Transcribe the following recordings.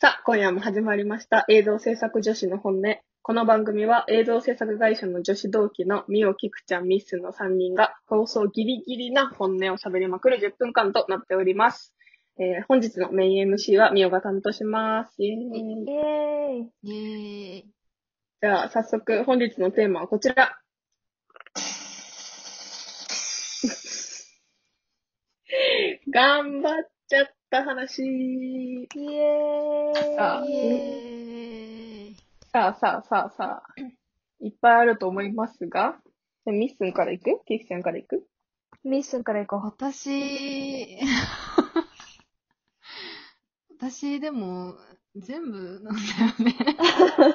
さあ、今夜も始まりました映像制作女子の本音。この番組は映像制作会社の女子同期のミオ、キクちゃん、ミッスの3人が放送ギリギリな本音を喋りまくる10分間となっております。えー本日のメイン MC はミオが担当します。イエーイイエーイ。イエーイ。じゃあ、早速本日のテーマはこちら。 頑張っちゃった話。イエあーイイ。エーイ。さあさあさあさあ、いっぱいあると思いますが、じゃあミッスンから行くキキちゃんから行くミッスンから行こ私、私でも全部なんだよね。う。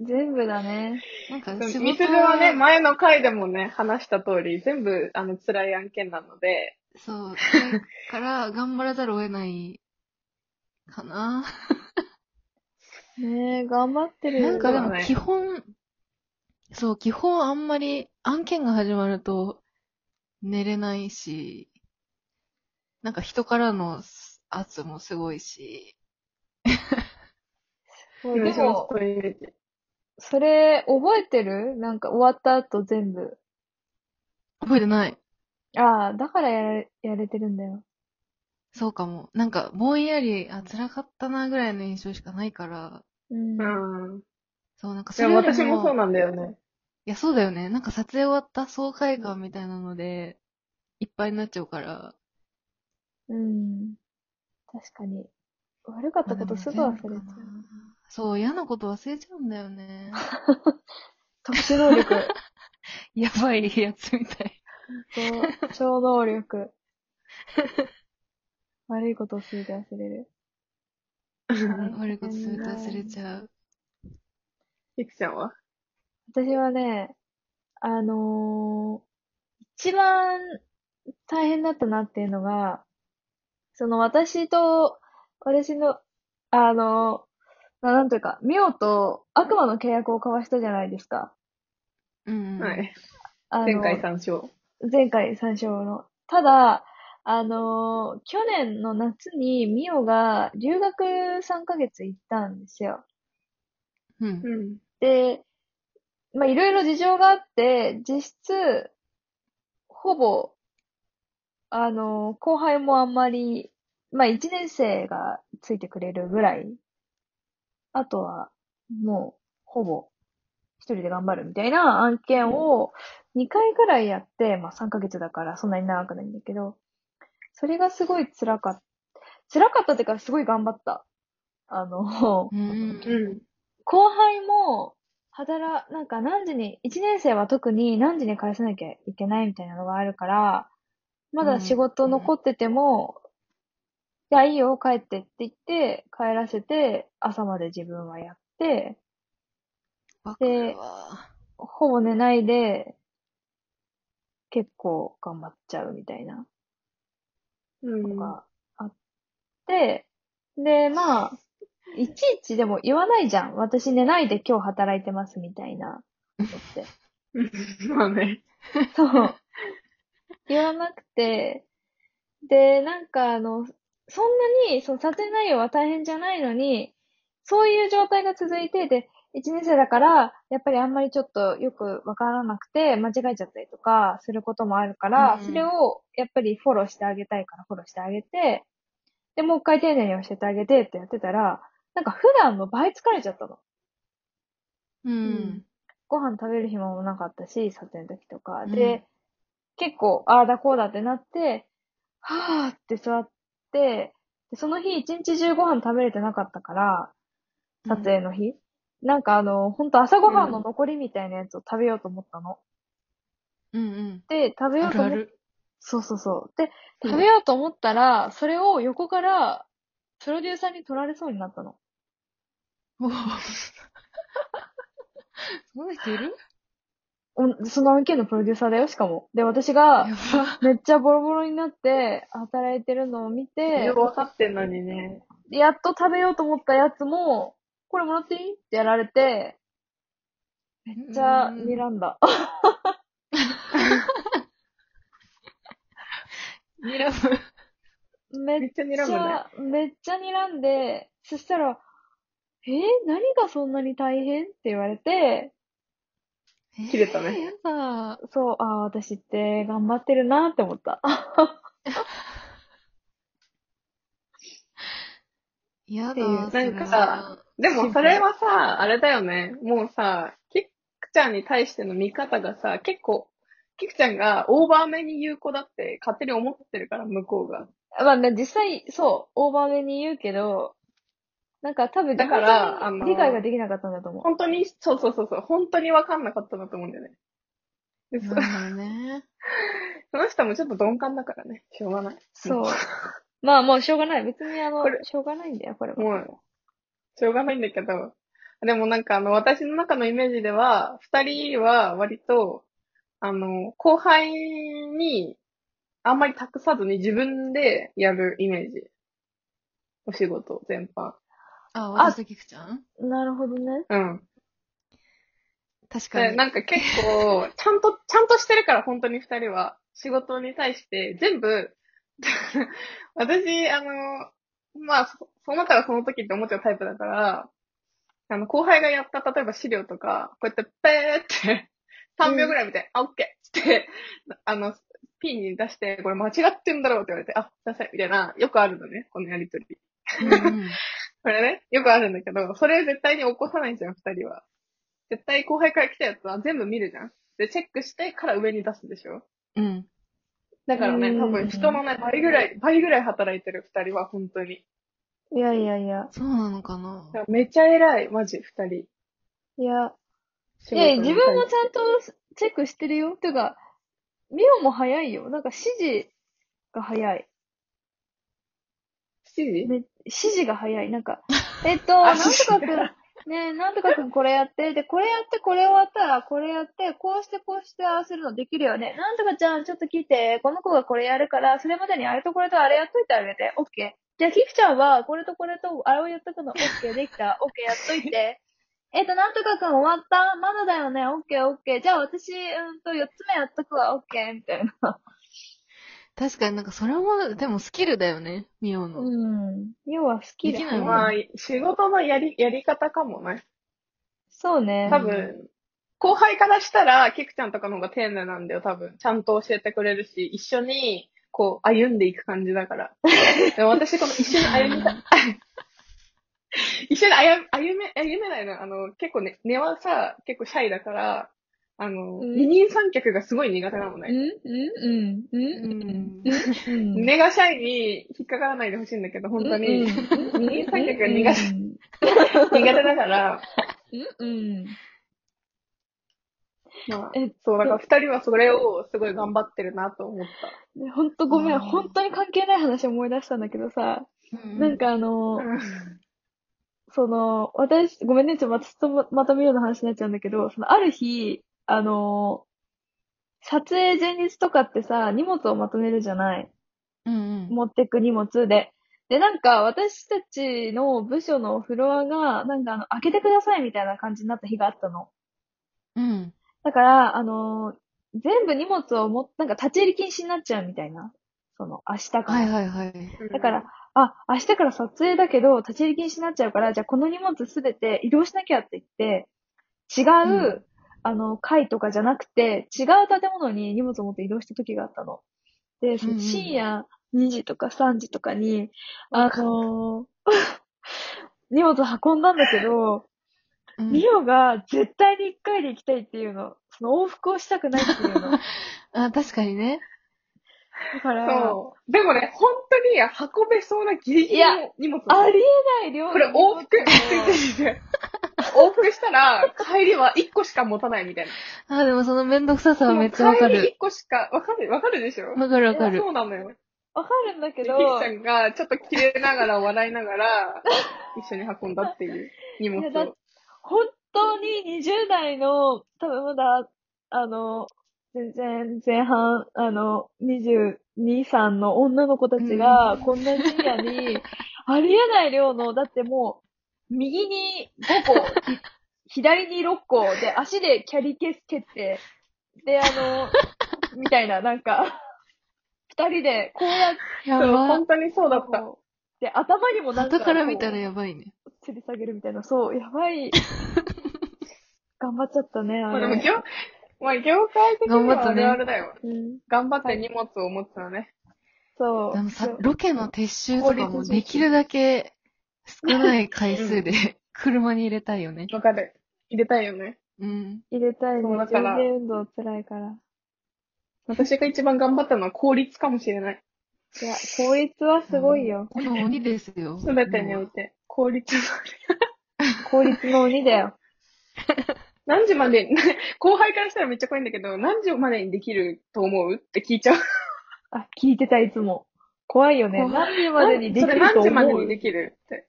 全部だね。なんか仕事ミスズはね、前の回でもね、話した通り、全部、あの、辛い案件なので、そう、だから頑張らざるを得ないかな。ねえ、頑張ってるよ。なんかでそうもだね基本、そう、基本あんまり案件が始まると寝れないし、なんか人からの圧もすごいし、もうででもも、、それ、覚えてるなんか終わった後全部。覚えてない。ああ、だからやれ、やれてるんだよ。そうかも。なんか、ぼんやり、あ、辛かったな、ぐらいの印象しかないから、うん。うん。そう、なんかそでもれよりも、私もそういなんだよね。や、そうだよね。なんか撮影終わった爽快感みたいなので、いっぱいになっちゃうから、うん。確かに。悪かったことすぐ忘れちまあでゃうも全部かな。そう、嫌なこと忘れちゃうんだよね。 特殊能 力やばいやつみたい。と超能力。悪いことをすぐて忘れる。悪いことすると忘れちゃう。ゆきちゃんは私はね、あのー一番大変だったなっていうのが、その私と、私の、あのーななんというか、ミオと悪魔の契約を交わしたじゃないですか。うん。はい。。あの前回参照。前回参照の。ただ、あのー去年の夏にミオが留学3ヶ月行ったんですよ。うん。うん。で、まあ、いろいろ事情があって、実質、ほぼ、あの、後輩もあんまり、まあ、1年生がついてくれるぐらい、あとは、もう、ほぼ、一人で頑張るみたいな案件を2回くらいやって、まあ、3ヶ月だからそんなに長くないんだけど、それがすごい辛かった。辛かったっていうか、すごい頑張った。あの、うん。うん。後輩も、働、なんか何時に、1年生は特に何時に返さなきゃいけないみたいなのがあるから、まだ仕事残ってても、いや、いいよ、帰ってって言って、帰らせて、朝まで自分はやって、バカだわ。ほぼ寝ないで、結構頑張っちゃうみたいな。うんと。かあって、で、まあ、いちいちでも言わないじゃん。私寝ないで今日働いてますみたいなことって。まあね。 そう。言わなくて、で、なんかあの、そんなに、その撮影内容は大変じゃないのに、そういう状態が続いて、で、1年生だから、やっぱりあんまりちょっとよくわからなくて、間違えちゃったりとかすることもあるから、うんそれをやっぱりフォローしてあげたいからフォローしてあげて、で、もう一回丁寧に教えてあげてってやってたら、なんか普段の倍疲れちゃったの。うん。ご飯食べる暇もなかったし、撮影の時とか。うんで、結構、ああだこうだってなって、はぁって座って、でその日一日中ご飯食べれてなかったから、撮影の日。なんかあの、ほんと朝ごはんの残りみたいなやつを食べようと思ったの。うんで、食うん。べよあうとる思あっる。そうそうそう。で、うん食べようと思ったら、それを横から、プロデューサーに取られそうになったの。おぉ。 そんな人いるおその案件のプロデューサーだよ、しかも。で、私が、やば。めっちゃボロボロになって、働いてるのを見てよ、う分かってんのにね。やっと食べようと思ったやつも、これもらっていいってやられて、めめっちゃ睨んだ。睨む。めめっっちゃ睨むちね。ゃ、めっちゃ睨んで、そしたら、えー何がそんなに大変って言われて、え切れたねやだ。そう、ああ、私って頑張ってるなって思った。 やっていうだ。それなんかさでもそれはさ、あれだよね。もうさ、キクちゃんに対しての見方がさ、結構、キクちゃんがオーバーめに言う子だって勝手に思ってるから、向こうが。まあね、実際、そう、オーバーめに言うけど、なんか多分、だからあの理解ができなかったんだと思う。本当に、そうそうそうそう、本当にわかんなかったなと思うんだよね。でそなるほどね。その人もちょっと鈍感だからね、しょうがない。 そう。まあもうしょうがない。別にあのこれ、しょうがないんだよ、これは。もう、しょうがないんだけど、でもなんかあの、私の中のイメージでは、二人は割と、あの、後輩に、あんまり託さずに自分でやるイメージ。お仕事全般。あ、私とキクちゃんなるほどね。うん。確かで、に。なんか結構、ちゃんと、ちゃんとしてるから、本当に二人は。仕事に対して、全部、 私、あの、まあ、そそのからその時って思っちゃうタイプだから、あの、後輩がやった、例えば資料とか、こうやって、ペーって、3秒ぐらい見て、あ、オッケーって、あの、ピンに出して、これ間違ってんだろうって言われて、あ、出せ、みたいな、よくあるのね、このやりとり。うんうんこれね、よくあるんだけど、それ絶対に起こさないじゃん、二人は。絶対後輩から来たやつは全部見るじゃん。で、チェックしてから上に出すでしょうん。だからね、うん多分人のね、倍ぐらい、倍ぐらい働いてる二人は、本当に。いやいやいや。そうなのかなだからめちゃ偉い、マジ、二人。いや、仕事いに対しや、て自分もちゃんとチェックしてるよ。ていうか、ミオも早いよ。なんか指示が早い。 7時め指示が早い。なん か、えっと、あなんとかく指示ん、ねえ、なんとかくんこれやって、で、これやって、これ終わったら、これやって、こうして、こうして、ああするのできるよね。なんとかちゃん、ちょっと聞いて、この子がこれやるから、それまでにあれとこれとあれやっといてあげて、オッケー。じゃあ、キクちゃんは、これとこれと、あれをやっとくの、オッケー、できた、オッケー、やっといて。 えっと、なんとかくん終わったまだだよね、オッケー、オッケー。じゃあ、私、うんと、4つ目やっとくわ、オッケー、みたいな。確かになんかそれも、でもスキルだよね、ミオの。うん。要は好きだできないもんまあ、仕事のやり、やり方かもね。そうね。多分、後輩からしたら、キクちゃんとかの方が丁寧なんだよ、多分。ちゃんと教えてくれるし、一緒に、こう、歩んでいく感じだ から。でも私、この一緒に歩みた、 一緒に歩歩め、歩めないの。あの、結構ね、根はさ、結構シャイだから、あの、うん二人三脚がすごい苦手なのうんね。うんうんううんん。うん。根がシャイに引っかからないでほしいんだけど、本当に、苦うん二人三脚が苦手うん手だから、うん。まあ え、そう、だから二人はそれをすごい頑張ってるなと思った。うん。ほんとごめ。うんん本当に関係ない話思い出したんだけどさ、なんかあの、その、私、ごめんね、ちょっとまたちょっとまた見るの話になっちゃうんだけど、その、ある日、あの、撮影前日とかってさ、荷物をまとめるじゃないうんうん。持ってく荷物で。で、なんか、私たちの部署のフロアが、なんかあの、開けてくださいみたいな感じになった日があったの。うん。だから、あのー全部荷物を持っなんか立ち入り禁止になっちゃうみたいな。その、明日から。はいはいはい。だから、あ、明日から撮影だけど、立ち入り禁止になっちゃうから、じゃあこの荷物すべて移動しなきゃって言って、違う、うんあの、階とかじゃなくて、違う建物に荷物を持って移動した時があったの。で、そうんうん深夜2時とか3時とかに、あのー 荷物運んだんだけど、うんミオが絶対に一回で行きたいっていうの。その往復をしたくないっていうの。だあ、確かにね。から、 そう。でもね、本当に運べそうなギリギリの荷物。ありえない量これ往復、の荷物をついてる往復したら、帰りは1個しか持たないみたいな。あ、でもそのめんどくささはめっちゃわか帰り1る。個しか、わかるわかるでしょわかるわかるそ。うなのよ。わかるんだけでどキ、リちゃんが、ちょっと切れながら笑いながら、一緒に運んだっていう荷物いやだを。本当に20代の、多分まだ、あの、全然前半、あの、22、3の女の子たちがう、んこんな深夜に、ありえない量の、だってもう、右に5個、ひ 左に6個、で、足でキャリケース蹴って、で、あの、みたいな、なんか、二人で、こうやって、やそうば本。当にそうだった。こうで、頭にもなんか、後から見たらこやばいね。う吊り下げるみたいな、そう、やば い。頑張っちゃったね、まああでもれ。業、まあ業界的に頑張っはたあねるあるだよ。うん、頑張って荷物を持つのね。そう。でもさそ、うロケの撤収とか効率も重視できるだけ少ない回数で車に入れたいよね。わかる。入れたいよね。うん。入れたいね。そうだ上から下運動辛いから。私が一番頑張ったのは効率かもしれない。いや、効率はすごいよ。この鬼ですよ。すべてにおいて。効率のある。効率の鬼だよ。何時まで、 後輩からしたらめっちゃ怖いんだけど、何時までにできると思うって聞いちゃう。あ、聞いてた、いつも。怖いよね。怖い何時までにできそれると何時まで思にうできるって。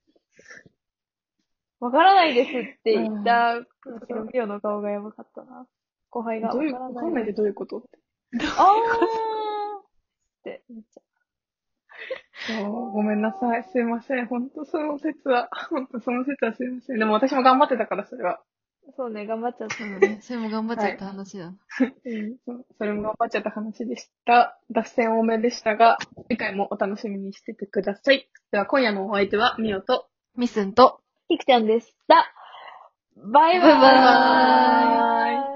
わからないですって言った、時のミオの顔がやばかったな。後輩が。どういう、わわかかんらなないい。でどういうことって。あーって言っちゃそうごめんなさい。すいません。ほんとその説は、ほんとその説はすいません。でも私も頑張ってたから、それは。う。そうね、頑張っちゃったそうだね。それも頑張っちゃった話だな。うん。そうそれも頑張っちゃった話でした。脱線多めでしたが、次回もお楽しみにしててください。では今夜のお相手は、みおと、ミスンと、いくちゃんでした。バイバーバイイバーイ